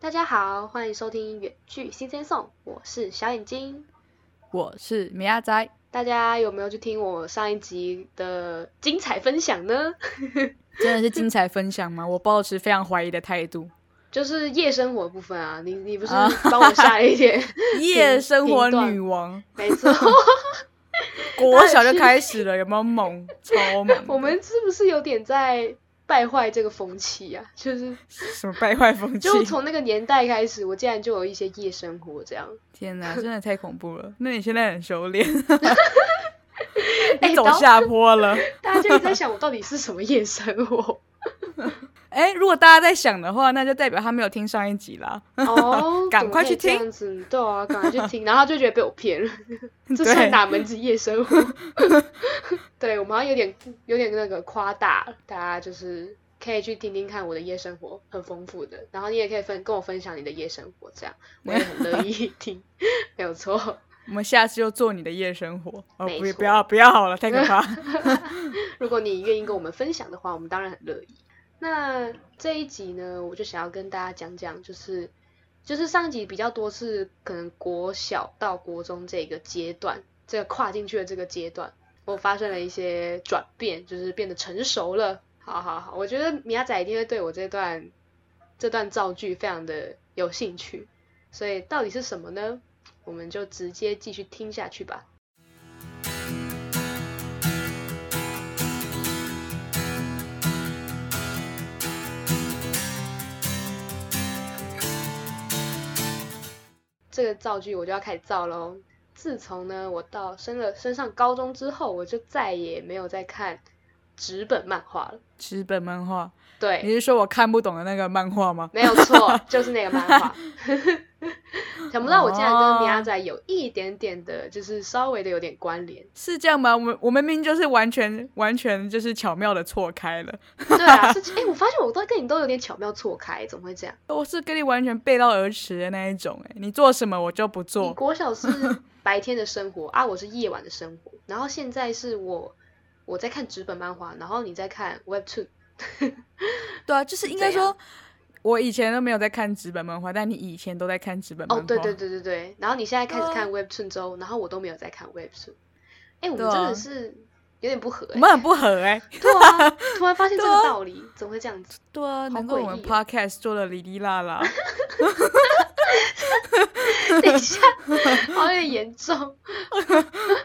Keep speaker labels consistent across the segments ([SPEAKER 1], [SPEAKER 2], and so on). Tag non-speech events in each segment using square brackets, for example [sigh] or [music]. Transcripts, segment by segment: [SPEAKER 1] 大家好，欢迎收听《远距新鲜颂》，我是小眼睛。
[SPEAKER 2] 我是米亚仔，
[SPEAKER 1] 大家有没有去听我上一集的精彩分享呢？
[SPEAKER 2] 真的是精彩分享吗？我抱持非常怀疑的态
[SPEAKER 1] [laughs]
[SPEAKER 2] 度。
[SPEAKER 1] 就是夜生活的部分啊，你你不是
[SPEAKER 2] 啊
[SPEAKER 1] 帮我下了一点？
[SPEAKER 2] [laughs] 夜生活
[SPEAKER 1] 评断
[SPEAKER 2] 女王，
[SPEAKER 1] 没错，
[SPEAKER 2] 国小就开始了，有没有猛？超猛！
[SPEAKER 1] 我们是不是有点在败坏这个风气啊？
[SPEAKER 2] [laughs]
[SPEAKER 1] 就是
[SPEAKER 2] 什么败坏风气？
[SPEAKER 1] 就从那个年代开始，我竟然就有一些夜生活这样。
[SPEAKER 2] 天哪，真的太恐怖了。那你现在很熟练，
[SPEAKER 1] [laughs] 哎
[SPEAKER 2] 你走
[SPEAKER 1] 然后
[SPEAKER 2] 下坡了。
[SPEAKER 1] 大家就一直在想我到底是什么夜生活
[SPEAKER 2] [laughs] 哎、如果大家在想的话，那就代表他没有听上一集啦。
[SPEAKER 1] 哦，
[SPEAKER 2] [laughs] 赶
[SPEAKER 1] 怎么
[SPEAKER 2] 快
[SPEAKER 1] 可
[SPEAKER 2] 去
[SPEAKER 1] 以这
[SPEAKER 2] 听
[SPEAKER 1] 样子对啊，赶快去听，然后他就觉得被我
[SPEAKER 2] [laughs]
[SPEAKER 1] 骗了，这
[SPEAKER 2] 对
[SPEAKER 1] 算哪门子夜生活？ [laughs] 对我们好像有点有点那个夸大了，大家就是可以去听听看我的夜生活，很丰富的，然后你也可以分跟我分享你的夜生活，这样我也很乐意听， [laughs] 没有错。
[SPEAKER 2] 我们下次就做你的夜生活。哦，
[SPEAKER 1] 没
[SPEAKER 2] 不，
[SPEAKER 1] 错
[SPEAKER 2] 不要，不要好了，太可
[SPEAKER 1] [laughs]
[SPEAKER 2] 怕。
[SPEAKER 1] 如果你愿意跟我们分享的话，我们当然很乐意。那这一集呢，我就想要跟大家讲讲，就是就是上一集比较多是可能国小到国中这个阶段，这个跨进去的这个阶段，我发生了一些转变，就是变得成熟了。好好好，我觉得米亚仔一定会对我这段这段造句非常的有兴趣，所以到底是什么呢？我们就直接继续听下去吧。这个造句我就要开始造喽。自从呢我到升了升上高中之后，我就再也没有再看纸本漫画了。
[SPEAKER 2] 纸本漫画，你
[SPEAKER 1] 对，
[SPEAKER 2] 是说我看不懂的那个漫画吗？
[SPEAKER 1] 没有错，就是那个漫画。想不到我竟然跟米亚仔有一点点的，就是稍微的有点关联。
[SPEAKER 2] 是这样吗？我们我们明明就是完全完全就是巧妙的错开了，
[SPEAKER 1] 对啊，是哎、 [laughs] 我发现我都跟你都有点巧妙错开，怎么会这样？
[SPEAKER 2] 我是跟你完全背道而驰的那一种、哎，你做什么我就不
[SPEAKER 1] 你
[SPEAKER 2] 做，
[SPEAKER 1] 国小是白天的生活啊，我是夜晚的生活，然后现在是我我在看纸本漫画，然后你在看 Webtoon。
[SPEAKER 2] 对啊，就是应该
[SPEAKER 1] 是怎样
[SPEAKER 2] 说，我以前都没有在看纸本漫画，但你以前都在看纸本漫
[SPEAKER 1] 哦
[SPEAKER 2] 画，，
[SPEAKER 1] 对对对对对，然后你现在开始
[SPEAKER 2] 对啊
[SPEAKER 1] 看 Webtoon 之后，然后我都没有在看 Webtoon，哎、我们
[SPEAKER 2] 对啊
[SPEAKER 1] 真的是有点不合、
[SPEAKER 2] 我
[SPEAKER 1] 欸，
[SPEAKER 2] 们很不合
[SPEAKER 1] [laughs]
[SPEAKER 2] 哎、
[SPEAKER 1] 对啊，突然发现这个道理，怎么会这样子？
[SPEAKER 2] 对啊，
[SPEAKER 1] 好
[SPEAKER 2] 难怪我
[SPEAKER 1] 诡
[SPEAKER 2] 们
[SPEAKER 1] 异哦
[SPEAKER 2] podcast 做了哩哩啦
[SPEAKER 1] [laughs]
[SPEAKER 2] 啦，
[SPEAKER 1] 等一下，好像有点严
[SPEAKER 2] [laughs]
[SPEAKER 1] 重，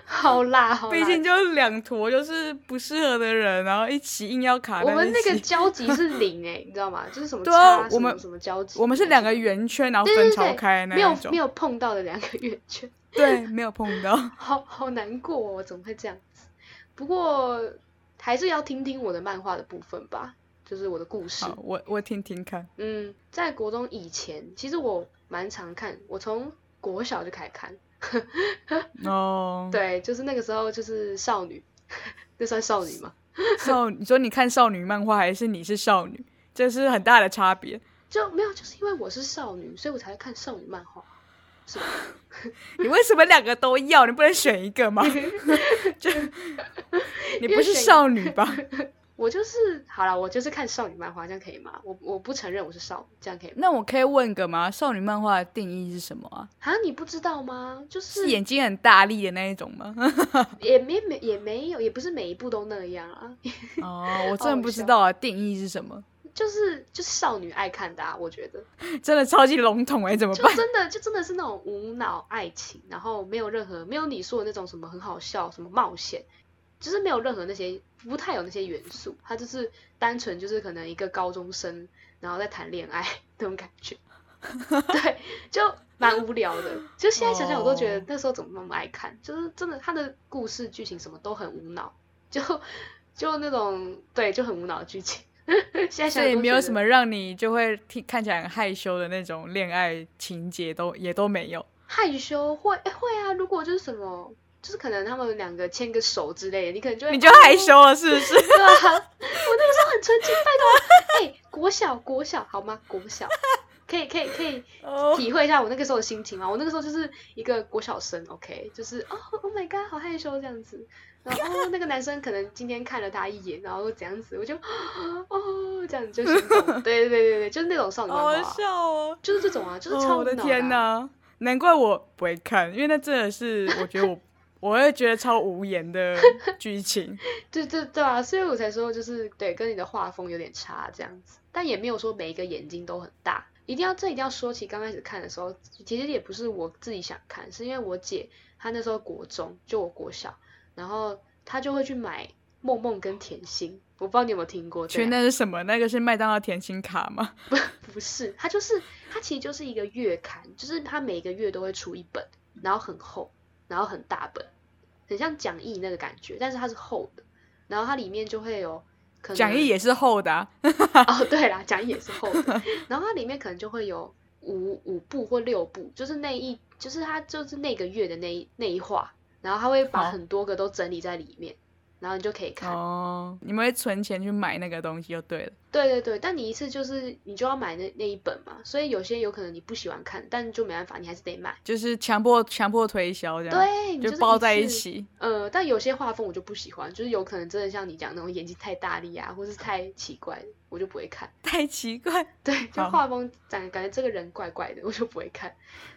[SPEAKER 1] 好辣好
[SPEAKER 2] 毕
[SPEAKER 1] 辣。
[SPEAKER 2] 竟就两坨就是不适合的人，然后一起硬要卡在一起，
[SPEAKER 1] 我们那个交集是零哎、你知道吗？就是什么
[SPEAKER 2] 对啊
[SPEAKER 1] 叉什
[SPEAKER 2] 我
[SPEAKER 1] 么
[SPEAKER 2] 们
[SPEAKER 1] 什么交集，
[SPEAKER 2] 我们是两个圆圈，然后
[SPEAKER 1] 对对
[SPEAKER 2] 分
[SPEAKER 1] 对
[SPEAKER 2] 超开那
[SPEAKER 1] 没有
[SPEAKER 2] 一种
[SPEAKER 1] 没，有碰到的两个圆圈，
[SPEAKER 2] 对，没有碰
[SPEAKER 1] [laughs]
[SPEAKER 2] 到。
[SPEAKER 1] 好好难过哦，怎么会这样子？不过还是要听听我的漫画的部分吧，就是我的故事。
[SPEAKER 2] 好，我我听听看。
[SPEAKER 1] 嗯，在国中以前，其实我蛮常看，我从国小就开始看。
[SPEAKER 2] 哦，
[SPEAKER 1] 对，就是那个时候就是少女， [laughs] 那算少女吗？
[SPEAKER 2] 少，你说你看少女漫画还是你是少女，这是很大的差别。
[SPEAKER 1] 就没有，就是因为我是少女，所以我才会看少女漫画，是吧？
[SPEAKER 2] 你为什么两个都要？你不能选一
[SPEAKER 1] [laughs]
[SPEAKER 2] 个吗？就你不是少女吧？
[SPEAKER 1] 我就是好了，我就是看少女漫画，这样可以吗？我我不承认我是少女，这样可以吗？
[SPEAKER 2] 那我可以问个吗？少女漫画的定义是什么啊？
[SPEAKER 1] 啊，你不知道吗？就是
[SPEAKER 2] 是眼睛很大力的那一种
[SPEAKER 1] [laughs]
[SPEAKER 2] 吗？
[SPEAKER 1] 也没没也没有，也不是每一部都那样啊， [laughs]
[SPEAKER 2] 哦，我
[SPEAKER 1] 好
[SPEAKER 2] 真的不知
[SPEAKER 1] 笑
[SPEAKER 2] 道啊，定义是什
[SPEAKER 1] 哦
[SPEAKER 2] 么，
[SPEAKER 1] 就是就是少女爱看的、啊，我觉得。
[SPEAKER 2] 真的超级笼统哎、怎么
[SPEAKER 1] 就
[SPEAKER 2] 办？
[SPEAKER 1] 真的就真的是那种无脑爱情，然后没有任何没有你说的那种什么很好笑、什么冒险，就是没有任何那些不太有那些元素，它就是单纯就是可能一个高中生然后在谈恋爱 [laughs] 那种感觉，对，就蛮无聊的。就现在想想，我都觉得
[SPEAKER 2] 哦
[SPEAKER 1] 那时候怎么那么爱看，就是真的他的故事剧情什么都很无脑，就就那种对就很无脑的剧情。 [laughs] 现在想
[SPEAKER 2] 所
[SPEAKER 1] 想
[SPEAKER 2] 以
[SPEAKER 1] 都
[SPEAKER 2] 没
[SPEAKER 1] 觉
[SPEAKER 2] 有
[SPEAKER 1] 得
[SPEAKER 2] 什么让你就会听看起来很害羞的那种恋爱情节都也都没有。
[SPEAKER 1] 害羞会、诶会啊，如果就是什么，就是可能他们两个牵个手之类的，你可能就会哦
[SPEAKER 2] 你就害羞了是不
[SPEAKER 1] [laughs]
[SPEAKER 2] 是？
[SPEAKER 1] 对啊，我那个时候很纯情，拜托，哎、国小国小好吗？国小可以可以可以
[SPEAKER 2] 哦，
[SPEAKER 1] 体会一下我那个时候的心情吗？我那个时候就是一个国小生，OK，就是哦，Oh my god，好害羞这样子，然后哦那个男生可能今天看了他一眼，然后怎样子，我就哦这样子就心
[SPEAKER 2] [laughs]
[SPEAKER 1] 动，对对对对对，就是那种少女漫
[SPEAKER 2] 好
[SPEAKER 1] 画
[SPEAKER 2] 好
[SPEAKER 1] 啊、
[SPEAKER 2] 笑哦！
[SPEAKER 1] 就是这种啊，就是
[SPEAKER 2] 哦
[SPEAKER 1] 超
[SPEAKER 2] 我
[SPEAKER 1] 无
[SPEAKER 2] 的
[SPEAKER 1] 脑啊
[SPEAKER 2] 天哪，难怪我不会看，因为那真的是我觉得我 [laughs] 我会觉得超无言的剧情。
[SPEAKER 1] [laughs] 对对对啊，所以我才说就是对，跟你的画风有点差这样子，但也没有说每一个眼睛都很大。一定要这一定要说起，刚开始看的时候，其实也不是我自己想看，是因为我姐她那时候国中，就我国小，然后她就会去买梦梦跟甜心，我不知道你有没有听过这
[SPEAKER 2] 全
[SPEAKER 1] 两个。
[SPEAKER 2] 那是什么？那个是麦当劳甜心卡吗？
[SPEAKER 1] 不是，它就是它其实就是一个月刊，就是它每个月都会出一本，然后很厚，然后很大本，很像讲义那个感觉，但是它是厚的，然后它里面就会有可能
[SPEAKER 2] 讲义也是厚的、
[SPEAKER 1] [laughs]
[SPEAKER 2] 啊，
[SPEAKER 1] 哦，对啦，讲义也是厚的，然后它里面可能就会有五五部或六部，就是那一就是它就是那个月的那一那一话，然后它会把
[SPEAKER 2] 好
[SPEAKER 1] 很多个都整理在里面，然后你就可以看。
[SPEAKER 2] 哦，你们会存钱去买那个东西就对了。
[SPEAKER 1] 对对对，但你一次就是你就要买那那一本嘛，所以有些有可能你不喜欢看，但就没办法，你还是得买。
[SPEAKER 2] 就是强迫强迫推销这样，
[SPEAKER 1] 对，你
[SPEAKER 2] 啊就是包在一
[SPEAKER 1] 次。
[SPEAKER 2] 起。
[SPEAKER 1] 呃，但有些画风我就不喜欢，就是有可能真的像你讲那种眼睛太大力啊，或是太奇怪，我就不会看。
[SPEAKER 2] 太奇怪，
[SPEAKER 1] [laughs] 对，就
[SPEAKER 2] 好
[SPEAKER 1] 画风感感觉这个人怪怪的，我 [laughs] 就不会看。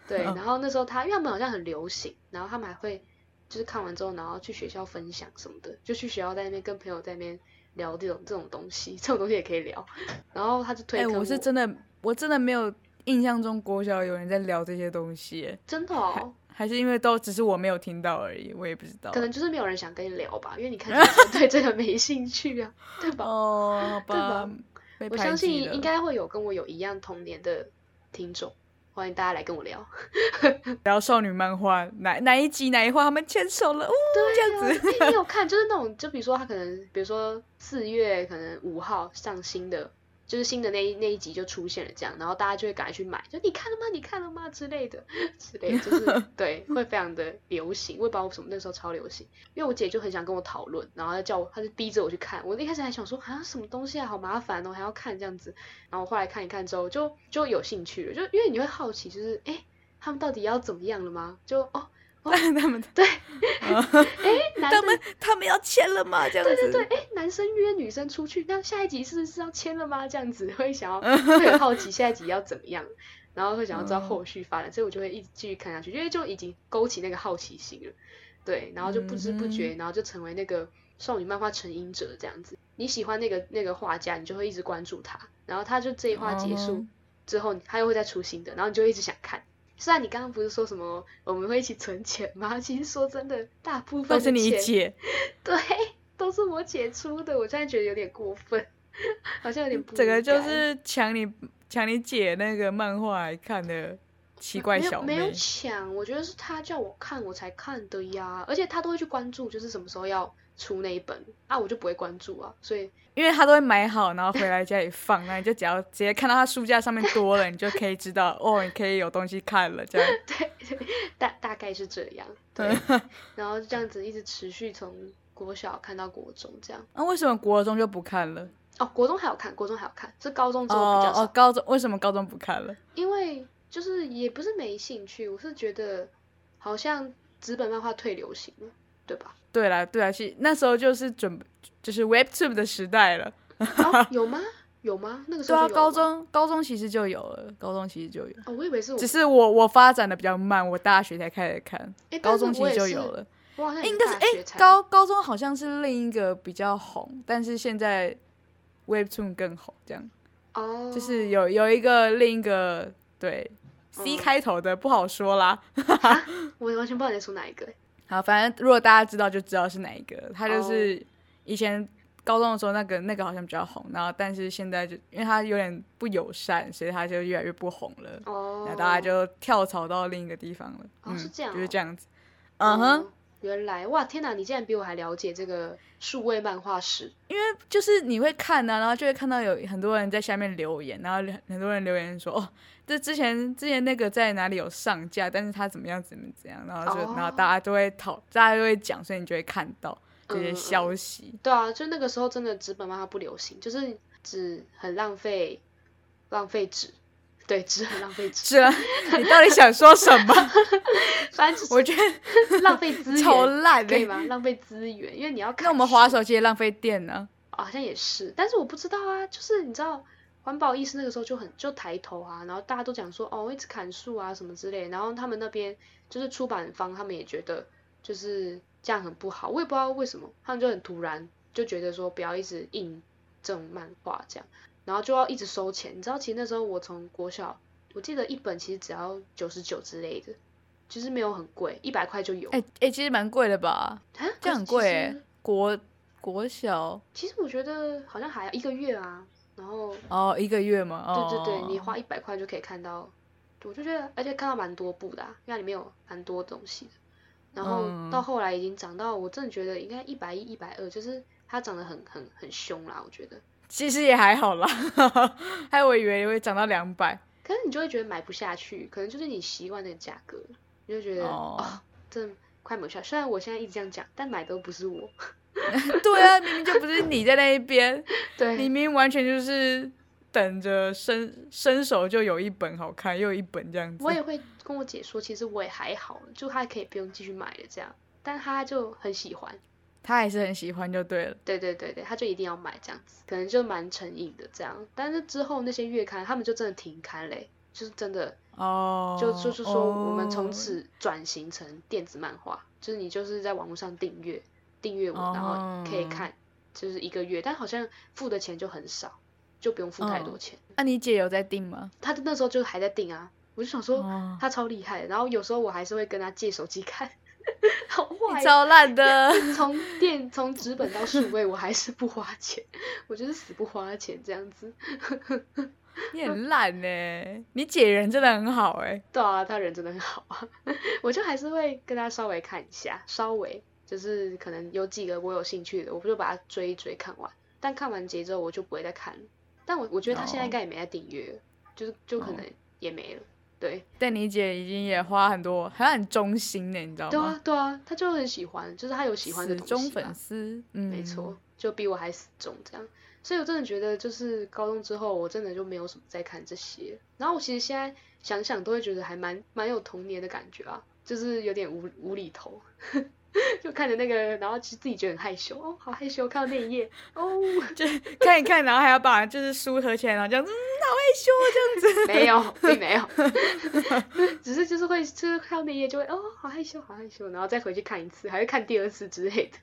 [SPEAKER 1] 对，
[SPEAKER 2] 嗯
[SPEAKER 1] 然后那时候他，因为他们好像很流行，然后他们还会就是看完之后，然后去学校分享什么的，就去学校在那边跟朋友在那边聊这种这种东西， [laughs] 这种东西也可以聊。然后他就推
[SPEAKER 2] 哎、
[SPEAKER 1] 坑
[SPEAKER 2] 我是真的，我真的没有印象中国小有人在聊这些东西耶，
[SPEAKER 1] 真的哦，
[SPEAKER 2] 还是因为都只是我没有听到而已，我也不知道。
[SPEAKER 1] 可能就是没有人想跟你聊吧，因为你看起
[SPEAKER 2] [laughs]
[SPEAKER 1] 来对这个没兴趣啊，对吧？
[SPEAKER 2] 哦，好
[SPEAKER 1] [laughs] 对吧
[SPEAKER 2] 吧，被
[SPEAKER 1] 我
[SPEAKER 2] 排
[SPEAKER 1] 相
[SPEAKER 2] 挤
[SPEAKER 1] 信
[SPEAKER 2] 了
[SPEAKER 1] 应该会有跟我有一样童年的听众，欢迎大家来跟我聊。
[SPEAKER 2] 聊少女漫画哪哪一集哪一话他们牵手了，哦，这样子。
[SPEAKER 1] 子，哎你有看就是那种，就比如说他可能，比如说四月可能五号上新的，就是新的那一那一集就出现了这样，然后大家就会赶快去买，就你看了吗？你看了吗？之类的，之类的，就是
[SPEAKER 2] [laughs]
[SPEAKER 1] 对，会非常的流行。我也不知道为什么那时候超流行，因为我姐就很想跟我讨论，然后她叫我，她就逼着我去看。我一开始还想说啊，什么东西啊，好麻烦哦，还要看这样子。然后后来看一看之后，就就有兴趣了，就因为你会好奇，就是哎，他们到底要怎么样了吗？就哦，
[SPEAKER 2] [laughs] 他们
[SPEAKER 1] 对，
[SPEAKER 2] 哦 [laughs]
[SPEAKER 1] 哎，男
[SPEAKER 2] 他
[SPEAKER 1] 生
[SPEAKER 2] 们他们要牵了吗？这样子。
[SPEAKER 1] 对对对，哎，男生约女生出去，那下一集是不是要签了吗？这样子 [laughs] 会想要
[SPEAKER 2] 嗯 [laughs]
[SPEAKER 1] 会很好奇下一集要怎么样，然后会想要知道后续发
[SPEAKER 2] 嗯
[SPEAKER 1] 展，所以我就会一直继续看下去，因为就已经勾起那个好奇心了。对，然后就不知不觉，
[SPEAKER 2] 嗯
[SPEAKER 1] 然后就成为那个少女漫画成瘾者这样子。你喜欢那个那个画家，你就会一直关注他，然后他就这一话结束
[SPEAKER 2] 嗯
[SPEAKER 1] 之后，他又会再出新的，然后你就会一直想看。虽然你刚刚不是说什么我们会一起存钱吗？其实说真的，大部分
[SPEAKER 2] 都是
[SPEAKER 1] 的
[SPEAKER 2] 你
[SPEAKER 1] 钱
[SPEAKER 2] 姐，
[SPEAKER 1] [laughs] 对，都是我姐出的，我现在觉得有点过分，好像有点不
[SPEAKER 2] 嗯整个就
[SPEAKER 1] 应该
[SPEAKER 2] 是抢你抢你姐那个漫画来看的奇怪小
[SPEAKER 1] 没有没
[SPEAKER 2] 妹
[SPEAKER 1] 有。抢，我觉得是她叫我看我才看的呀，而且她都会去关注，就是什么时候要出那一本啊，我就不会关注啊，所以
[SPEAKER 2] 因为他都会买好，然后回来家里放，那你就只要直接看到他书架上面多了，你就可以知道 [laughs] 哦，你可以有东西看了，这样
[SPEAKER 1] 大大概是这样，对，
[SPEAKER 2] [laughs]
[SPEAKER 1] 然后就这样子一直持续从国小看到国中这样，
[SPEAKER 2] 那、啊为什么国中就不看了？
[SPEAKER 1] 哦，国中还有看，国中还有看，是高中之后比
[SPEAKER 2] 哦
[SPEAKER 1] 较少，
[SPEAKER 2] 哦，高中为什么高中不看了？
[SPEAKER 1] 因为就是也不是没兴趣，我是觉得好像纸本漫画退流行了，对吧？
[SPEAKER 2] 对啦对啦，是那时候就是准就是 Webtoon 的时代了。
[SPEAKER 1] 哦， [laughs] 有吗？有吗？那个时
[SPEAKER 2] 啊对
[SPEAKER 1] 候
[SPEAKER 2] 啊，
[SPEAKER 1] 就有了
[SPEAKER 2] 高中高中其实就有了，高中其实就有，
[SPEAKER 1] 哦，我以为是我
[SPEAKER 2] 只是我我发展的比较慢，我大学才开始看，
[SPEAKER 1] 诶哎
[SPEAKER 2] 高
[SPEAKER 1] 但是
[SPEAKER 2] 中其
[SPEAKER 1] 我
[SPEAKER 2] 实
[SPEAKER 1] 也
[SPEAKER 2] 就是有了。
[SPEAKER 1] 我好像也
[SPEAKER 2] 应该是
[SPEAKER 1] 大学
[SPEAKER 2] 哎、
[SPEAKER 1] 才
[SPEAKER 2] 高高中好像是另一个比较红，但是现在 Webtoon 更红，这样
[SPEAKER 1] 哦，
[SPEAKER 2] 就是有有一个另一个对 C
[SPEAKER 1] 嗯
[SPEAKER 2] 开头的不好说啦。
[SPEAKER 1] 我完全不知道你在说哪一个。诶
[SPEAKER 2] 好，反正如果大家知道就知道是哪一个，他
[SPEAKER 1] 哦
[SPEAKER 2] 就是以前高中的时候那个那个好像比较红，然后但是现在就因为他有点不友善，所以他就越来越不红了，[laughs]
[SPEAKER 1] 哦，
[SPEAKER 2] 那大家就跳槽到另一个地方了。
[SPEAKER 1] 哦
[SPEAKER 2] 嗯，
[SPEAKER 1] 是这样
[SPEAKER 2] 就是
[SPEAKER 1] 哦
[SPEAKER 2] 这样子。嗯哼。
[SPEAKER 1] 哦原来哇，天哪！你竟然比我还了解这个数位漫画史。
[SPEAKER 2] 就是你会看啊呢、然后就会看到有很多人在下面留言，然后很多人留言说，哦，这之前之前那个在哪里有上架，但是他怎么样怎么怎样，然后就、
[SPEAKER 1] 哦
[SPEAKER 2] 然后大家都会讨，大家都会讲，所以你就会看到这
[SPEAKER 1] 嗯
[SPEAKER 2] 些
[SPEAKER 1] 嗯
[SPEAKER 2] 消息。
[SPEAKER 1] 对啊，就那个时候真的纸本漫画不流行，就是纸很浪费，浪费纸，对，纸很浪费纸，
[SPEAKER 2] 是啊，你到底想说什
[SPEAKER 1] [laughs]
[SPEAKER 2] 么？
[SPEAKER 1] 反正
[SPEAKER 2] 我觉得
[SPEAKER 1] 就是 [laughs] 浪费资
[SPEAKER 2] [laughs] 超
[SPEAKER 1] 源，
[SPEAKER 2] 烂
[SPEAKER 1] 可以
[SPEAKER 2] 的。
[SPEAKER 1] 吗？浪费资源，因为你要看
[SPEAKER 2] 那我们划手机也浪费电呢、
[SPEAKER 1] 哦好像也是，但是我不知道啊，就是你知道环保意识那个时候就很就抬头啊，然后大家都讲说哦一直砍树啊什么之类，然后他们那边就是出版方他们也觉得就是这样很不好，我也不知道为什么，他们就很突然就觉得说不要一直印这种漫画这样，然后就要一直收钱，你知道其实那时候我从国小，我记得一本其实只要九十九之类的，就是没有很贵，一百块就有，
[SPEAKER 2] 哎哎、其实蛮贵的吧？
[SPEAKER 1] 啊
[SPEAKER 2] 这
[SPEAKER 1] 可
[SPEAKER 2] 样
[SPEAKER 1] 是
[SPEAKER 2] 很
[SPEAKER 1] 其
[SPEAKER 2] 贵、
[SPEAKER 1] 实
[SPEAKER 2] 欸，国国小
[SPEAKER 1] 其实我觉得好像还要一个月啊，然后
[SPEAKER 2] 哦，一个月嘛。哦、
[SPEAKER 1] 对对对，你花一百块就可以看到，我就觉得而且看到蛮多部的、啊，因为它里面有蛮多东西的。然后
[SPEAKER 2] 嗯
[SPEAKER 1] 到后来已经涨到，我真的觉得应该一百一、一百二，就是它涨得很很很凶啦，我觉得。
[SPEAKER 2] 其实也还好啦， [laughs] 还我以为会涨到两百。 [laughs]
[SPEAKER 1] 可是你就会觉得买不下去，可能就是你习惯那个价格，你就觉得
[SPEAKER 2] 哦
[SPEAKER 1] 哦，真的快买不下。虽然我现在一直这样讲，但买的都不
[SPEAKER 2] [laughs]
[SPEAKER 1] 是我。
[SPEAKER 2] 对啊，明明就不是你在那一边，
[SPEAKER 1] 对，
[SPEAKER 2] 明明完全就是等着伸伸手就有一本好看，又有一本这样子。
[SPEAKER 1] [laughs] 我也会跟我姐说，其实我也还好，就她可以不用继续买了这样，但她就很喜欢，
[SPEAKER 2] 他还是很喜欢就对了。
[SPEAKER 1] 对对对对，她就一定要买这样子，可能就蛮成瘾的这样。但是之后那些月刊，他们就真的停刊嘞，就是真的
[SPEAKER 2] 哦，
[SPEAKER 1] 就就是说我们
[SPEAKER 2] 哦
[SPEAKER 1] 从此转型成电子漫画，就是你就是在网络上订阅订阅我，然后可以
[SPEAKER 2] 哦
[SPEAKER 1] 看，就是一个月，但好像付的钱就很少，就不用付太多
[SPEAKER 2] 嗯
[SPEAKER 1] 钱。
[SPEAKER 2] 那、你姐有在订吗？
[SPEAKER 1] 她那时候就还在订啊，我就想说。
[SPEAKER 2] 哦，
[SPEAKER 1] 他超厉害的，然后有时候我还是会跟他借手机看， [laughs] 好
[SPEAKER 2] 你
[SPEAKER 1] 坏哦。
[SPEAKER 2] 超烂
[SPEAKER 1] [laughs]
[SPEAKER 2] 的。
[SPEAKER 1] 从电从纸本到数位，我还是不花钱，我就是死不花钱这样子。
[SPEAKER 2] 你很烂呢、你姐人真的很好哎、
[SPEAKER 1] 对啊，他人真的很好啊， [laughs] 我就还是会跟他稍微看一下，稍微就是可能有几个我有兴趣的，我就把它追一追看完。但看完结之后，我就不会再看了。但我我觉得他
[SPEAKER 2] 哦
[SPEAKER 1] 现在应该也没在订阅了，就是就可能也没了。对
[SPEAKER 2] 但你姐已经也花很多，还很忠心呢、你知道
[SPEAKER 1] 对
[SPEAKER 2] 吗？
[SPEAKER 1] 啊对啊，他就很喜欢，就是他有喜欢的
[SPEAKER 2] 死
[SPEAKER 1] 东西
[SPEAKER 2] 忠
[SPEAKER 1] 吧
[SPEAKER 2] 粉丝，嗯，
[SPEAKER 1] 没错，，就比我还死忠这样。所以我真的觉得，就是高中之后，我真的就没有什么在看这些。然后我其实现在想想，都会觉得还蛮蛮有童年的感觉啊，就是有点无无厘头， [laughs] 就看着那个，然后其实自己觉得很害羞，哦，好害羞，看到那一页，哦，
[SPEAKER 2] 看一看，然后还要把就是书合起来，然后这样，嗯，好害羞这样子。
[SPEAKER 1] 没有，并没有， [laughs] 只是就是会，就是看到那一页就会，哦，好害羞，好害羞，然后再回去看一次，还会看第二次之类的，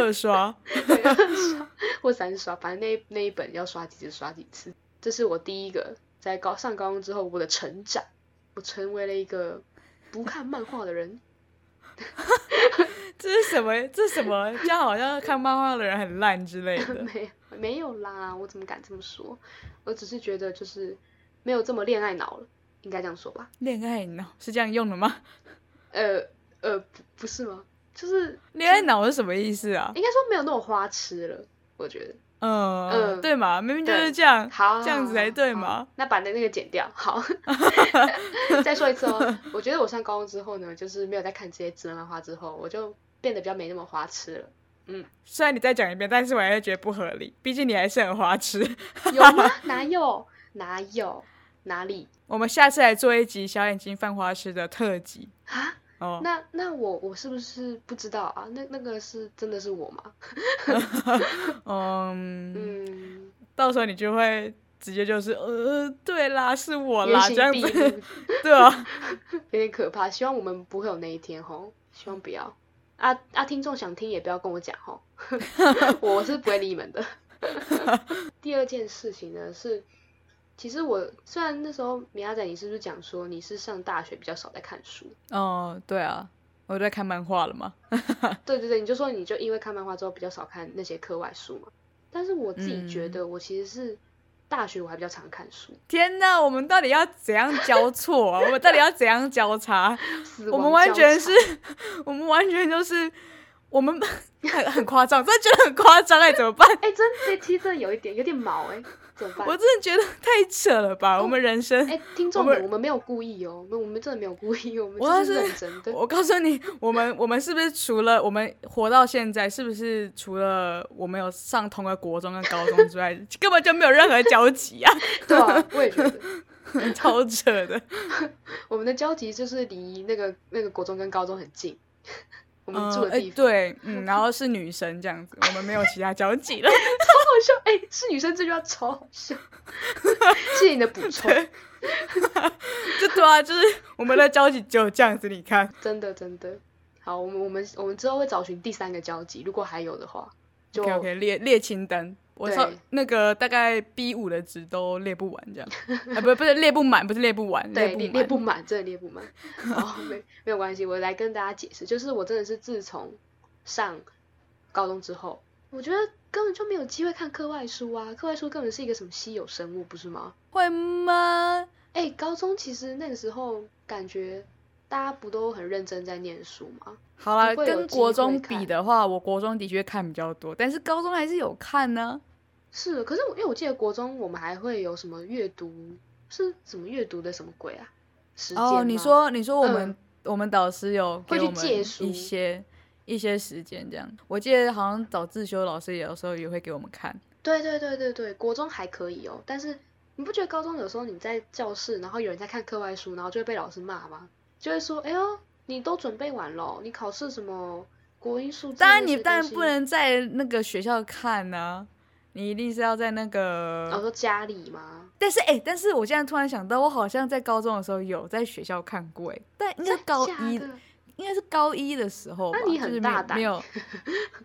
[SPEAKER 2] 二刷，
[SPEAKER 1] 对二刷 [laughs] 或三刷，反正那一那一本要刷几次刷几次。这是我第一个在高上高中之后我的成长，我成为了一个不看漫画的人。
[SPEAKER 2] 这是什么？这是什么？这样好像看漫画的人很烂之类
[SPEAKER 1] [laughs]
[SPEAKER 2] 的。
[SPEAKER 1] 没没有啦，我怎么敢这么说？我只是觉得就是没有这么恋爱脑了，应该这样说吧？
[SPEAKER 2] 恋爱脑是这样用的吗？
[SPEAKER 1] 呃呃，不不是吗？就是
[SPEAKER 2] 恋爱脑是什么意思啊？
[SPEAKER 1] 应该说没有那种花痴了，我觉得。
[SPEAKER 2] 嗯，
[SPEAKER 1] 嗯
[SPEAKER 2] 对嘛，明明就
[SPEAKER 1] 对
[SPEAKER 2] 是这样，
[SPEAKER 1] 好，
[SPEAKER 2] 这样子才对
[SPEAKER 1] 好
[SPEAKER 2] 嘛。？
[SPEAKER 1] 那把那那个剪掉，好。再说一次哦，我觉得我上高中之后呢，就是没有在看这些职人漫画之后，我就变得比较没那么花痴了。
[SPEAKER 2] 虽然你再讲一遍，但是我还是觉得不合理，毕竟你还是很花痴。 [laughs]
[SPEAKER 1] 有吗？哪有？哪有？哪里
[SPEAKER 2] 我们下次来做一集小眼睛犯花痴的特辑
[SPEAKER 1] 啊？
[SPEAKER 2] 哦。
[SPEAKER 1] 那那我我是不是不知道啊？那那个是真的是我吗？
[SPEAKER 2] 嗯，
[SPEAKER 1] 嗯，
[SPEAKER 2] 到时候你就会直接就是呃，对啦，是我
[SPEAKER 1] 原
[SPEAKER 2] 啦，
[SPEAKER 1] 形
[SPEAKER 2] 这样
[SPEAKER 1] 毕
[SPEAKER 2] 子， [laughs]
[SPEAKER 1] 露
[SPEAKER 2] 对啊。
[SPEAKER 1] [laughs] 有点可怕。希望我们不会有那一天吼，希望不要。啊啊！听众想听也不要跟我讲
[SPEAKER 2] [laughs]
[SPEAKER 1] 吼，我是不会理你们的。第二件事情呢是，其实我虽然那时候米亚仔你是不是讲说你是上大学比较少在看书？
[SPEAKER 2] 哦，对啊，我在看漫画了嘛。
[SPEAKER 1] 对对对，你就说你就因为看漫画之后比较少看那些课外书嘛。但是我自己觉
[SPEAKER 2] 嗯
[SPEAKER 1] 得我其实是大学我还比较常看书，
[SPEAKER 2] 天哪，我们到底要怎样交错啊？我 [laughs] 们到底要怎样交叉？
[SPEAKER 1] 死
[SPEAKER 2] 我
[SPEAKER 1] 亡
[SPEAKER 2] 们完
[SPEAKER 1] 交
[SPEAKER 2] 全
[SPEAKER 1] 叉
[SPEAKER 2] 是， [laughs] 我们完全就是，我们 [laughs] 很很夸张，真的觉得很夸张哎、怎么办？
[SPEAKER 1] 哎、真的其实真的有一点有点毛哎、怎么办？
[SPEAKER 2] 我真的觉得太扯了吧！我们人生，
[SPEAKER 1] 哎、听众
[SPEAKER 2] 我们
[SPEAKER 1] 们，我们没有故意哦，我们真的没有故意， [laughs] 我们
[SPEAKER 2] 我要
[SPEAKER 1] 就是是认真的。
[SPEAKER 2] 我告诉你，我们 [laughs] 我们是不是除了我们活到现在，是不是除了我们有 [laughs] 上同个国中跟高中之外，根本就没有任何交集啊？ [laughs]
[SPEAKER 1] 对啊，我也觉得，
[SPEAKER 2] 超扯的。
[SPEAKER 1] 我们的交集就是离那个那个国中跟高中很近，我们
[SPEAKER 2] 嗯
[SPEAKER 1] 住的
[SPEAKER 2] 哎
[SPEAKER 1] 地方。
[SPEAKER 2] 对，嗯，然后是女生这样子，我们没有其他交集了。 [laughs]
[SPEAKER 1] 好 [laughs] 好笑！哎、是女生这句话超好笑， [laughs] 谢谢你的
[SPEAKER 2] [laughs]
[SPEAKER 1] 补充，
[SPEAKER 2] 就对啊，就是我们的交集只有这样子。你看，
[SPEAKER 1] 真的真的。好，我们我们我们之后会找寻第三个交集，如果还有的话，就
[SPEAKER 2] OK OK，列列清单，我
[SPEAKER 1] 对
[SPEAKER 2] 操，那个大概 B 五的值都列不完，这
[SPEAKER 1] [laughs]
[SPEAKER 2] 样啊，不不是列不满，不是列不完，
[SPEAKER 1] 对
[SPEAKER 2] 不
[SPEAKER 1] 列
[SPEAKER 2] 满，
[SPEAKER 1] 列不满，真的
[SPEAKER 2] [laughs]
[SPEAKER 1] 列不满。哦，没没有关系，我来跟大家解释，就是我真的是自从上高中之后，我觉得根本就没有机会看课外书啊，课外书根本是一个什么稀有生物，不是吗？
[SPEAKER 2] 会吗？
[SPEAKER 1] 哎、高中其实那个时候感觉大家不都很认真在念书吗？
[SPEAKER 2] 好啦，
[SPEAKER 1] 不会有
[SPEAKER 2] 跟
[SPEAKER 1] 机
[SPEAKER 2] 国
[SPEAKER 1] 会
[SPEAKER 2] 中
[SPEAKER 1] 看
[SPEAKER 2] 比的话，我国中的确看比较多，但是高中还是有看呢、
[SPEAKER 1] 是，可是我因为我记得国中我们还会有什么阅读，是什么阅读的什么鬼啊？时间
[SPEAKER 2] 哦，你
[SPEAKER 1] 吗
[SPEAKER 2] 说你说我们、
[SPEAKER 1] 嗯
[SPEAKER 2] 我们导师有给
[SPEAKER 1] 会去
[SPEAKER 2] 我们
[SPEAKER 1] 借书
[SPEAKER 2] 一些一些时间这样，我记得好像早自修老师也有时候也会给我们看。
[SPEAKER 1] 对对对对对，国中还可以哦，但是你不觉得高中有时候你在教室，然后有人在看课外书，然后就会被老师骂吗？就会说：“哎呦，你都准备完了，你考试什么国英数字
[SPEAKER 2] 当
[SPEAKER 1] 那
[SPEAKER 2] 然
[SPEAKER 1] 些
[SPEAKER 2] 你
[SPEAKER 1] 东
[SPEAKER 2] 当然
[SPEAKER 1] 西
[SPEAKER 2] 不能在那个学校看呢、你一定是要在那个。
[SPEAKER 1] 哦，我说家里吗？
[SPEAKER 2] 但是哎、但是我现在突然想到，我好像在高中的时候有在学校看过哎、但应该是
[SPEAKER 1] 真
[SPEAKER 2] 高
[SPEAKER 1] 假
[SPEAKER 2] 一，
[SPEAKER 1] 的
[SPEAKER 2] [laughs] 应该是高一的时候吧
[SPEAKER 1] 那，你
[SPEAKER 2] 就
[SPEAKER 1] 很
[SPEAKER 2] 是没
[SPEAKER 1] 大
[SPEAKER 2] 有
[SPEAKER 1] 胆
[SPEAKER 2] 没
[SPEAKER 1] [laughs]
[SPEAKER 2] 有，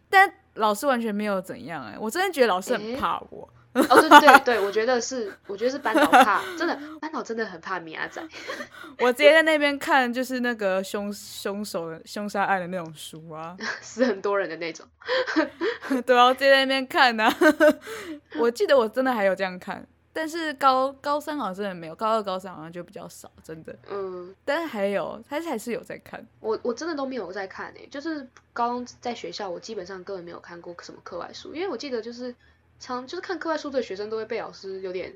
[SPEAKER 2] 但老师完全没有怎样哎、我真的觉得老师很
[SPEAKER 1] 诶
[SPEAKER 2] 怕我。
[SPEAKER 1] 哦，对对对对，我觉得是，我觉得是班导怕，真的，班导真的很怕米阿仔。 [laughs]
[SPEAKER 2] 我直接在那边看，就是那个凶凶手的凶杀案的那种书啊， [laughs]
[SPEAKER 1] 死很多人的那种。
[SPEAKER 2] 对啊，我直接在那边看啊。 [laughs] 我记得我真的还有这样看，但是高高三好像真的没有，高二高三好像就比较少，真的。
[SPEAKER 1] 嗯，
[SPEAKER 2] 但是还有，还是还是有在看。
[SPEAKER 1] 我我真的都没有在看诶、欸就是高中在学校，我基本上根本没有看过什么课外书，因为我记得就是常就是看课外书的学生都会被老师有点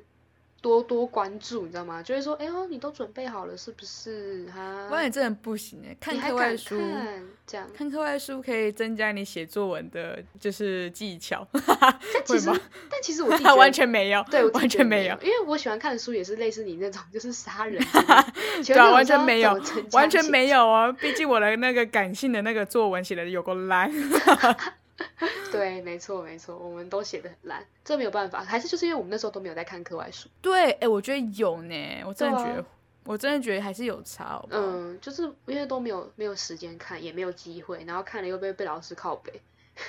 [SPEAKER 1] 多多关注，你知道吗？就会说，哎呦，你都准备好了是不是？哈
[SPEAKER 2] 不，然你真的不行哎、看
[SPEAKER 1] 你还
[SPEAKER 2] 课外
[SPEAKER 1] 敢
[SPEAKER 2] 书。
[SPEAKER 1] 看这样？
[SPEAKER 2] 看课外书可以增加你写作文的，就是技巧。 [laughs]
[SPEAKER 1] 但其实
[SPEAKER 2] 会吗，
[SPEAKER 1] 但其
[SPEAKER 2] [laughs]
[SPEAKER 1] 实我自己觉得
[SPEAKER 2] 完全没有，
[SPEAKER 1] 对，我自己
[SPEAKER 2] 完
[SPEAKER 1] 觉
[SPEAKER 2] 全
[SPEAKER 1] 得
[SPEAKER 2] 没
[SPEAKER 1] 有
[SPEAKER 2] 有，，
[SPEAKER 1] 因为我喜欢看的书也是类似你那种，就是杀人
[SPEAKER 2] [laughs]
[SPEAKER 1] 之类的，请
[SPEAKER 2] 对啊
[SPEAKER 1] 问
[SPEAKER 2] 完
[SPEAKER 1] 这种
[SPEAKER 2] 全没
[SPEAKER 1] 要
[SPEAKER 2] 有
[SPEAKER 1] 怎么增加
[SPEAKER 2] [laughs] 完全
[SPEAKER 1] 写
[SPEAKER 2] 没有啊！毕竟我的那个感性的那个作文写的有够烂。
[SPEAKER 1] 对，没错没错，我们都写的很烂，这没有办法，还是就是因为我们那时候都没有在看课外书，
[SPEAKER 2] 对，哎、我觉得有呢，我真的觉
[SPEAKER 1] 对啊
[SPEAKER 2] 得，我真的觉得还是有差好不好
[SPEAKER 1] 嗯，就是因为都没有没有时间看，也没有机会，然后看了又被被老师靠背，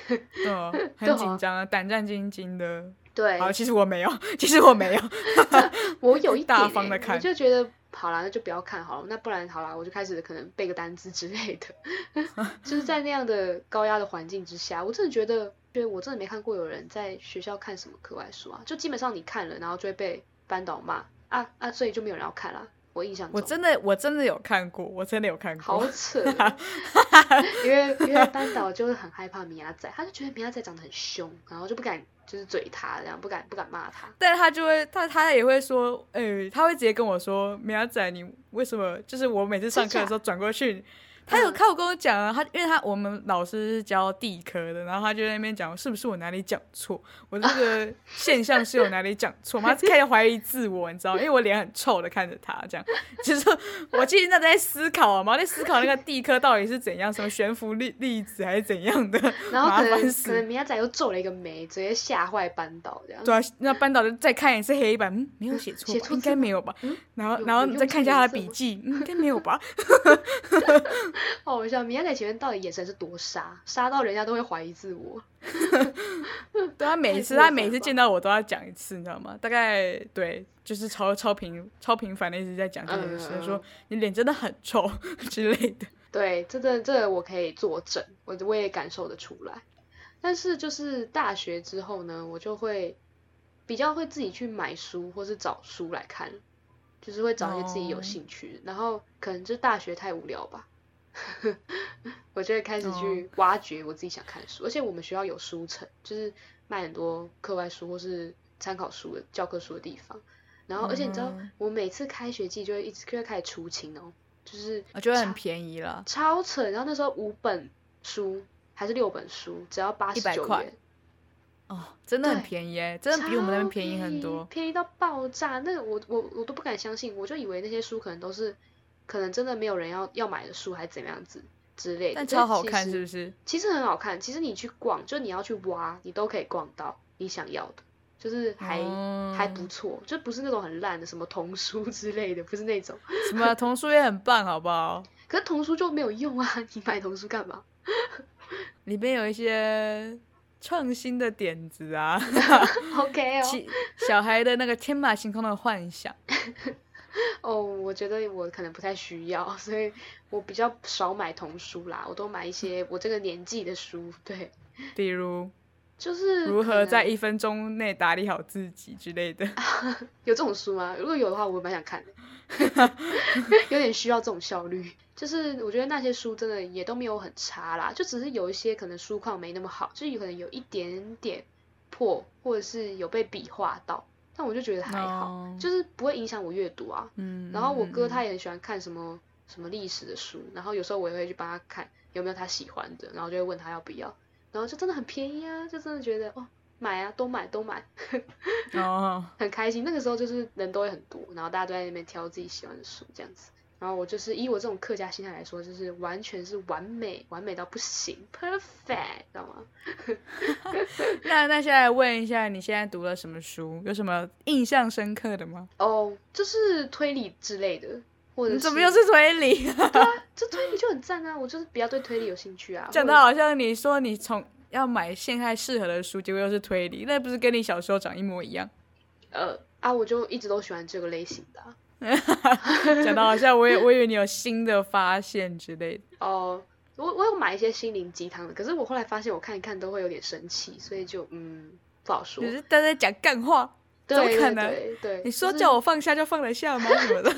[SPEAKER 2] 对啊，
[SPEAKER 1] [laughs] 对
[SPEAKER 2] 很
[SPEAKER 1] 啊
[SPEAKER 2] 紧张啊，胆战心惊的。
[SPEAKER 1] 对，
[SPEAKER 2] 好，其实我没有，其实我没有。 [laughs]
[SPEAKER 1] 我有一点、
[SPEAKER 2] 大
[SPEAKER 1] 欸，
[SPEAKER 2] 方地
[SPEAKER 1] 我
[SPEAKER 2] 看
[SPEAKER 1] 就觉得好啦，那就不要看好了，那不然好啦，我就开始可能背个单词之类的， [laughs] 就是在那样的高压的环境之下，我真的觉得，对我真的没看过有人在学校看什么课外书啊，就基本上你看了，然后就会被班导骂啊啊，所以就没有人要看啦，我印象中
[SPEAKER 2] 我。真的，我真的有看过，我真的有看过 [laughs]
[SPEAKER 1] 好。扯哦，因为因为班导就是很害怕米亚仔，他就觉得米亚仔长得很凶，然后就不敢就是嘴他，然后不敢不敢骂他。
[SPEAKER 2] 但他就会，他他也会说，哎、他会直接跟我说，苗仔，你为什么？就是我每次上课的时候转过去，他有
[SPEAKER 1] 嗯
[SPEAKER 2] 他有跟我讲啊，他因为他我们老师是教地科的，然后他就在那边讲，是不是我哪里讲错？我这个现象是有哪里讲错
[SPEAKER 1] [laughs]
[SPEAKER 2] 吗？他开始怀疑自我，你知道吗？因为我脸很臭的看着他，这样，就是我其实那在思考啊嘛，在思考那个地科到底是怎样，什么悬浮粒粒子还是怎样的，
[SPEAKER 1] 然后
[SPEAKER 2] 麻
[SPEAKER 1] 可能
[SPEAKER 2] 烦
[SPEAKER 1] 可
[SPEAKER 2] 死
[SPEAKER 1] 能米亚仔又皱了一个眉，直接吓坏班导这样。
[SPEAKER 2] 对啊，那班导就再看一次黑板，嗯，没有写错
[SPEAKER 1] 写
[SPEAKER 2] 吧，
[SPEAKER 1] 错
[SPEAKER 2] 应
[SPEAKER 1] 字
[SPEAKER 2] 该
[SPEAKER 1] 吗
[SPEAKER 2] 没有吧？
[SPEAKER 1] 嗯
[SPEAKER 2] 然后
[SPEAKER 1] 有
[SPEAKER 2] 然后
[SPEAKER 1] 有
[SPEAKER 2] 你
[SPEAKER 1] 用
[SPEAKER 2] 再
[SPEAKER 1] 错
[SPEAKER 2] 看一下
[SPEAKER 1] 颜
[SPEAKER 2] 他的
[SPEAKER 1] 色
[SPEAKER 2] 笔
[SPEAKER 1] 吗
[SPEAKER 2] 记，嗯，应该没有吧？
[SPEAKER 1] 哦，我想米亚仔前面到底眼神是多杀，杀到人家都会怀疑自我。
[SPEAKER 2] 对
[SPEAKER 1] [laughs]
[SPEAKER 2] 他每
[SPEAKER 1] 太
[SPEAKER 2] 一次
[SPEAKER 1] 过
[SPEAKER 2] 他
[SPEAKER 1] 分
[SPEAKER 2] 每一
[SPEAKER 1] 了
[SPEAKER 2] 次
[SPEAKER 1] 吧
[SPEAKER 2] 见到我都要讲一次，你知道吗？大概对，就是超超频超频繁的一直在讲这件事，他
[SPEAKER 1] 嗯
[SPEAKER 2] 说你脸真的很臭 [laughs] 之类的。
[SPEAKER 1] 对，这个这个我可以作证，我我也感受得出来。但是就是大学之后呢，我就会比较会自己去买书或是找书来看，就是会找一些自己有
[SPEAKER 2] 哦
[SPEAKER 1] 兴趣的然后可能就大学太无聊吧， [laughs] 我就会开始去挖掘我自己想看的书。而且我们学校有书城，就是卖很多课外书或是参考书的教科书的地方。然后，而且你知道
[SPEAKER 2] 嗯，
[SPEAKER 1] 我每次开学季就会一直就会开始出清哦，就是
[SPEAKER 2] 我觉得很
[SPEAKER 1] 超
[SPEAKER 2] 便宜了，
[SPEAKER 1] 超扯！然后那时候五本书还是六本书，只要八十
[SPEAKER 2] 100
[SPEAKER 1] 九
[SPEAKER 2] 块
[SPEAKER 1] 元，
[SPEAKER 2] 哦，真的很
[SPEAKER 1] 对
[SPEAKER 2] 便宜哎，真的比我们那边
[SPEAKER 1] 超
[SPEAKER 2] 便宜很多。
[SPEAKER 1] 便宜到爆炸。那个我我我都不敢相信，我就以为那些书可能都是，可能真的没有人要要买的书，还是怎么样子之类的。
[SPEAKER 2] 但
[SPEAKER 1] 是
[SPEAKER 2] 超好
[SPEAKER 1] 其
[SPEAKER 2] 看，
[SPEAKER 1] 实
[SPEAKER 2] 是不是？
[SPEAKER 1] 其实很好看，其实你去逛，就你要去挖，你都可以逛到你想要的，就是还、还不
[SPEAKER 2] 嗯
[SPEAKER 1] 错，就不是那种很烂的什么童书 [laughs] 之类的，不是那种。
[SPEAKER 2] 什么童书也很棒，好不好？
[SPEAKER 1] 可是童书就没有用啊，你买童书干嘛？ [laughs]
[SPEAKER 2] 里面有一些创新的点子啊， [laughs]
[SPEAKER 1] OK 哦，
[SPEAKER 2] 其小孩的那个天马行空的幻想。
[SPEAKER 1] 哦，我觉得我可能不太需要， [laughs] 所以我比较少买童书啦，我都买一些我这个年纪的书，对，
[SPEAKER 2] 比如
[SPEAKER 1] 就是
[SPEAKER 2] 如
[SPEAKER 1] 可
[SPEAKER 2] 何在
[SPEAKER 1] 能
[SPEAKER 2] 一分钟内打理好自己之类
[SPEAKER 1] [laughs]
[SPEAKER 2] 的，
[SPEAKER 1] 有这种书吗？如果有的话，我蛮想看的，
[SPEAKER 2] [laughs]
[SPEAKER 1] 有点需要这种效率。就是我觉得那些书真的也都没有很差啦，就只是有一些可能书况没那么好，就是有可能有一点点破，或者是有被笔画到，但我就觉得还好，
[SPEAKER 2] 哦
[SPEAKER 1] 就是不会影响我阅读啊。
[SPEAKER 2] 嗯，
[SPEAKER 1] 然后我
[SPEAKER 2] 嗯
[SPEAKER 1] 哥
[SPEAKER 2] 嗯
[SPEAKER 1] 他也很喜欢看什么什么历史的书，然后有时候我也会去帮他看有没有他喜欢的，然后就会问他要不要，然后就真的很便宜啊，就真的觉得哦买啊，都买都买， [laughs]
[SPEAKER 2] 哦， [laughs]
[SPEAKER 1] 很开心。那个时候就是人都会很多，然后大家都在那边挑自己喜欢的书这样子。然后我就是以我这种客家心态来说，就是完全是完美，完美到不行，perfect，知道吗？
[SPEAKER 2] 那那现在问一下，你现在读了什么书？有什么印象深刻的吗？
[SPEAKER 1] 哦，就是推理之类的，或者
[SPEAKER 2] 你怎么又是推 [laughs] 理？
[SPEAKER 1] 这推理就很赞啊！我就是比较对推理有兴趣啊。
[SPEAKER 2] 讲
[SPEAKER 1] 或
[SPEAKER 2] 的
[SPEAKER 1] 者
[SPEAKER 2] 好像你说你从要买陷害适合的书，结果又是推理，那不是跟你小时候长一模一样？
[SPEAKER 1] 呃啊，我就一直都喜欢这个类型的啊、
[SPEAKER 2] 讲的好像我也 [laughs] 我以为你有新的发现之类
[SPEAKER 1] [laughs]
[SPEAKER 2] 的。
[SPEAKER 1] 哦，我我有买一些心灵鸡汤的，可是我后来发现我看一看都会有点生气，所以就嗯不好说
[SPEAKER 2] 只。是大家讲干话，
[SPEAKER 1] 对
[SPEAKER 2] 怎么可
[SPEAKER 1] 对
[SPEAKER 2] 能
[SPEAKER 1] 对对，
[SPEAKER 2] 你
[SPEAKER 1] 就
[SPEAKER 2] 说
[SPEAKER 1] 是
[SPEAKER 2] 叫我放下就放得下吗？什么的，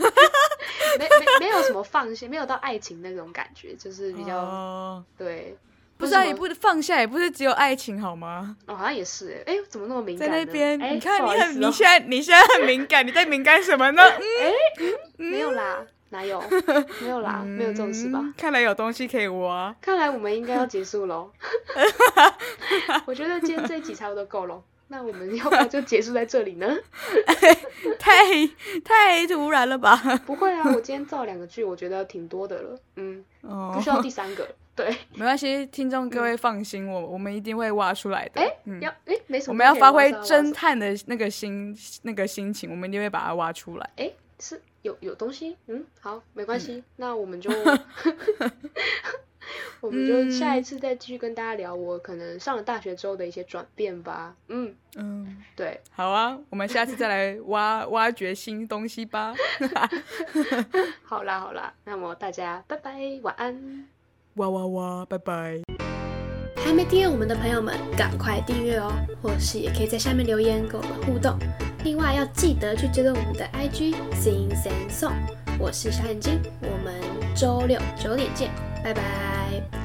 [SPEAKER 1] 没没没有什么放下，没有到爱情那种感觉，就是 [laughs] 比较、
[SPEAKER 2] 哦
[SPEAKER 1] 对。
[SPEAKER 2] 不
[SPEAKER 1] 为
[SPEAKER 2] 是
[SPEAKER 1] 什
[SPEAKER 2] 啊，
[SPEAKER 1] 么
[SPEAKER 2] 也不放下，也不是只有爱情好吗？
[SPEAKER 1] 哦，好像也是哎，诶怎么那么敏
[SPEAKER 2] 在
[SPEAKER 1] 感呢？
[SPEAKER 2] 那边，
[SPEAKER 1] 诶
[SPEAKER 2] 你看
[SPEAKER 1] 不
[SPEAKER 2] 你
[SPEAKER 1] 好意
[SPEAKER 2] 很，
[SPEAKER 1] 思
[SPEAKER 2] 你
[SPEAKER 1] 哦
[SPEAKER 2] 现在你现在很敏感，你在敏感什
[SPEAKER 1] [laughs]
[SPEAKER 2] 么呢？嗯
[SPEAKER 1] 没有啦，
[SPEAKER 2] [laughs]
[SPEAKER 1] 哪有没有啦，没有这种事吧？
[SPEAKER 2] 嗯看来有东西可以挖。 [laughs]
[SPEAKER 1] 看来我们应该要结束喽。我觉得今天这一集差不多够了，那我们要不要就结束在这里呢？
[SPEAKER 2] 太太突然了吧？
[SPEAKER 1] [laughs] 不会啊，我今天造两个剧，我觉得挺多的了。嗯，
[SPEAKER 2] 哦
[SPEAKER 1] 不需要第
[SPEAKER 2] [laughs]
[SPEAKER 1] 三个。对，
[SPEAKER 2] 没关系，听众各位放心，我我们一定会挖出来的。
[SPEAKER 1] 哎
[SPEAKER 2] 嗯，
[SPEAKER 1] 要哎，没什么。
[SPEAKER 2] 我们要发挥侦。探的那个心那个心情，我们一定会把它挖出来。
[SPEAKER 1] 哎，是有有东西，嗯，好，没关系，那
[SPEAKER 2] [laughs]
[SPEAKER 1] 我们就， [laughs] 我们
[SPEAKER 2] 嗯
[SPEAKER 1] 就下一次再继续跟大家聊我可能上了大学之后的一些转变吧。嗯，
[SPEAKER 2] 嗯，
[SPEAKER 1] 对，
[SPEAKER 2] 好啊，我们下次再来挖挖掘新东西吧。 [laughs]
[SPEAKER 1] 好啦好啦，那么大家拜拜，晚安。
[SPEAKER 2] 哇哇哇，拜拜。
[SPEAKER 3] 还没订阅我们的朋友们，赶快订阅哦！或是也可以在下面留言跟我们互动。另外要记得去追踪我们的 IG Sing Sing Song，我是小眼睛，我们周六九点见，拜拜。